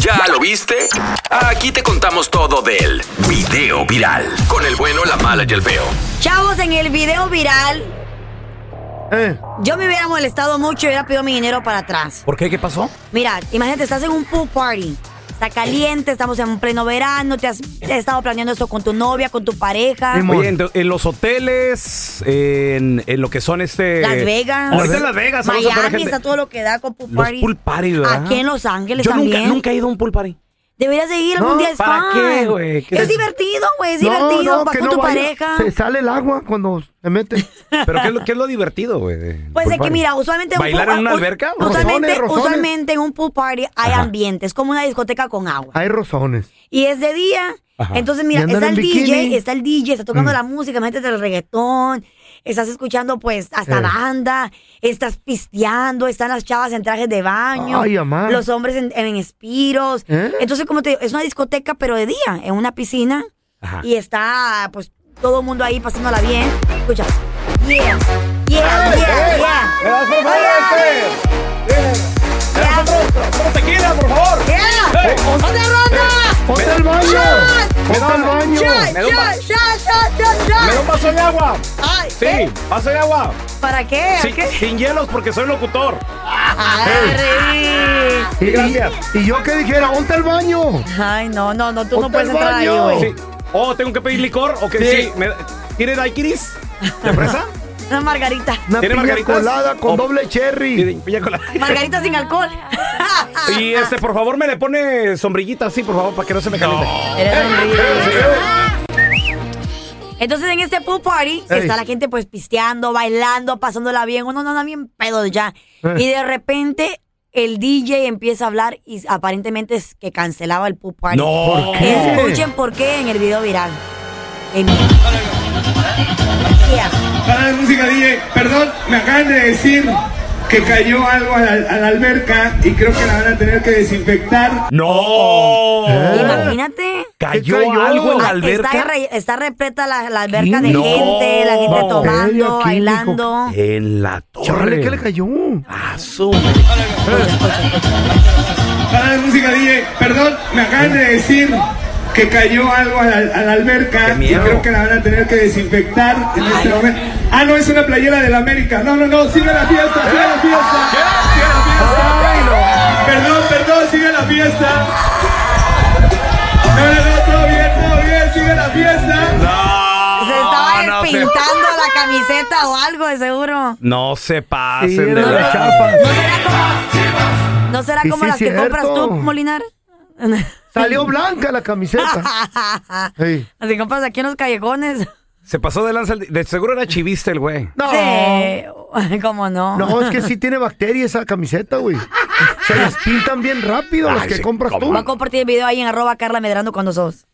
¿Ya lo viste? Aquí te contamos todo del video viral. Con el bueno, la mala y el feo. Chavos, en el video viral. Eh. Yo me hubiera molestado mucho y hubiera pedido mi dinero para atrás. ¿Por qué? ¿Qué pasó? Mira, imagínate, estás en un pool party. Está caliente, estamos en pleno verano, te has, te has estado planeando esto con tu novia, con tu pareja. Oye, en, en los hoteles, en, en lo que son este... Las Vegas. Ahorita en Las Vegas. vamos a ver Miami gente- está todo lo que da con pool Los party. pool parties, ¿verdad? Aquí en Los Ángeles Yo también. nunca, nunca he ido a un pool party. Deberías de ir algún No, día. Es ¿para fun. qué, güey? ¿Qué Es es- divertido, güey. Es No, divertido. no, pa- que con no tu vaya. pareja. Se sale el agua cuando se mete. ¿Pero qué es lo, qué es lo divertido, güey? de- Pues pool es que party? mira, usualmente... un ¿Bailar pool- en una u- alberca? Usualmente, Rozones, rozones. usualmente en un pool party hay Ajá. ambiente. Es como una discoteca con agua. Hay rozones. Y es de día. Ajá. Entonces, mira, Y andan está el en DJ, bikini. está el DJ, está tocando Mm. la música, métete el reggaetón, estás escuchando pues hasta Eh. banda, estás pisteando, están las chavas en trajes de baño, Ay, amá. los hombres en, en espiros. ¿Eh? Entonces, como te digo, es una discoteca, pero de día, en una piscina, Ajá. y está pues todo el mundo ahí pasándola bien. Escucha, yeah, yeah, yeah, yeah. ¡Me das por favor, este! ¡Me das otro- otro tequila, por favor! yeah. ¡Ey! ¡Otra ronda! ¡Ponte al baño! Me ¡Ponte da- al baño! ¡Shot, Me da un pa- shot, shot, shot, shot, shot! ¡Me da un vaso de agua! Ay, Sí, ¿eh? vaso de agua. ¿Para qué? Ah, ¿A Sin- qué? sin hielos porque soy locutor. Arre. Y, y- Gracias. y yo que dijera, ¡ponte al baño! Ay, no, no, no, tú no Ponte puedes al entrar ahí, baño. güey. Sí. Oh, tengo que pedir licor. Ok, Sí. sí. me- ¿Tiene daiquiris? ¿De fresa? Una margarita. Una ¿Tiene piña margaritas? colada con Oh. doble cherry. ¿Tiene piña colada? Margarita sin alcohol. Y este, por favor, me le pone sombrillita así, por favor, para que no se me caliente. Eres horrible. Entonces en este pool party Ey. está la gente pues pisteando, bailando, pasándola bien, uno no anda bien pedo ya. Eh. Y de repente el DJ empieza a hablar y aparentemente es que cancelaba el pool party. ¿Por qué? Escuchen por qué en el video viral. En- Yeah. Para de música, DJ. Perdón, me acaban de decir que cayó algo a la, a la alberca y creo que la van a tener que desinfectar. ¡No! Imagínate. ¿Cayó, ¿Qué cayó? algo en la ¿Eh? Ah, Está, alberca? re- está repleta la, la alberca de No. gente, la gente Bacteria, tomando, químico. bailando. En la Chorre, torre. ¿qué le cayó? Ah, su- Para de música, DJ. Perdón, me acaban de decir que cayó algo a la, a la Qué alberca y miedo. creo que la van a tener que desinfectar en este momento. Ah, no, es una playera de la América. No, no, no, sigue la fiesta, sigue la fiesta. Sigue la fiesta. Perdón, perdón, sigue la fiesta. No, no, no, todo bien, todo bien, sigue la fiesta. No, Se Ah, estaba no se- despintando la camiseta o algo, de seguro. No se pasen Sí, de era No, la verdad. chapa. será como, no será Y como sí, las que cierto. compras tú, Molinar? Salió blanca la camiseta. Ey. Las que compras aquí en los callejones. Se pasó de lanza. el- De seguro era chivista el güey. No. Sí, ¿cómo no? No, es que sí tiene bacteria esa camiseta, güey. Se las pintan bien rápido las Ay, que sí, compras cómo tú. Voy a compartir el video ahí en arroba Carla Medrano con nosotros.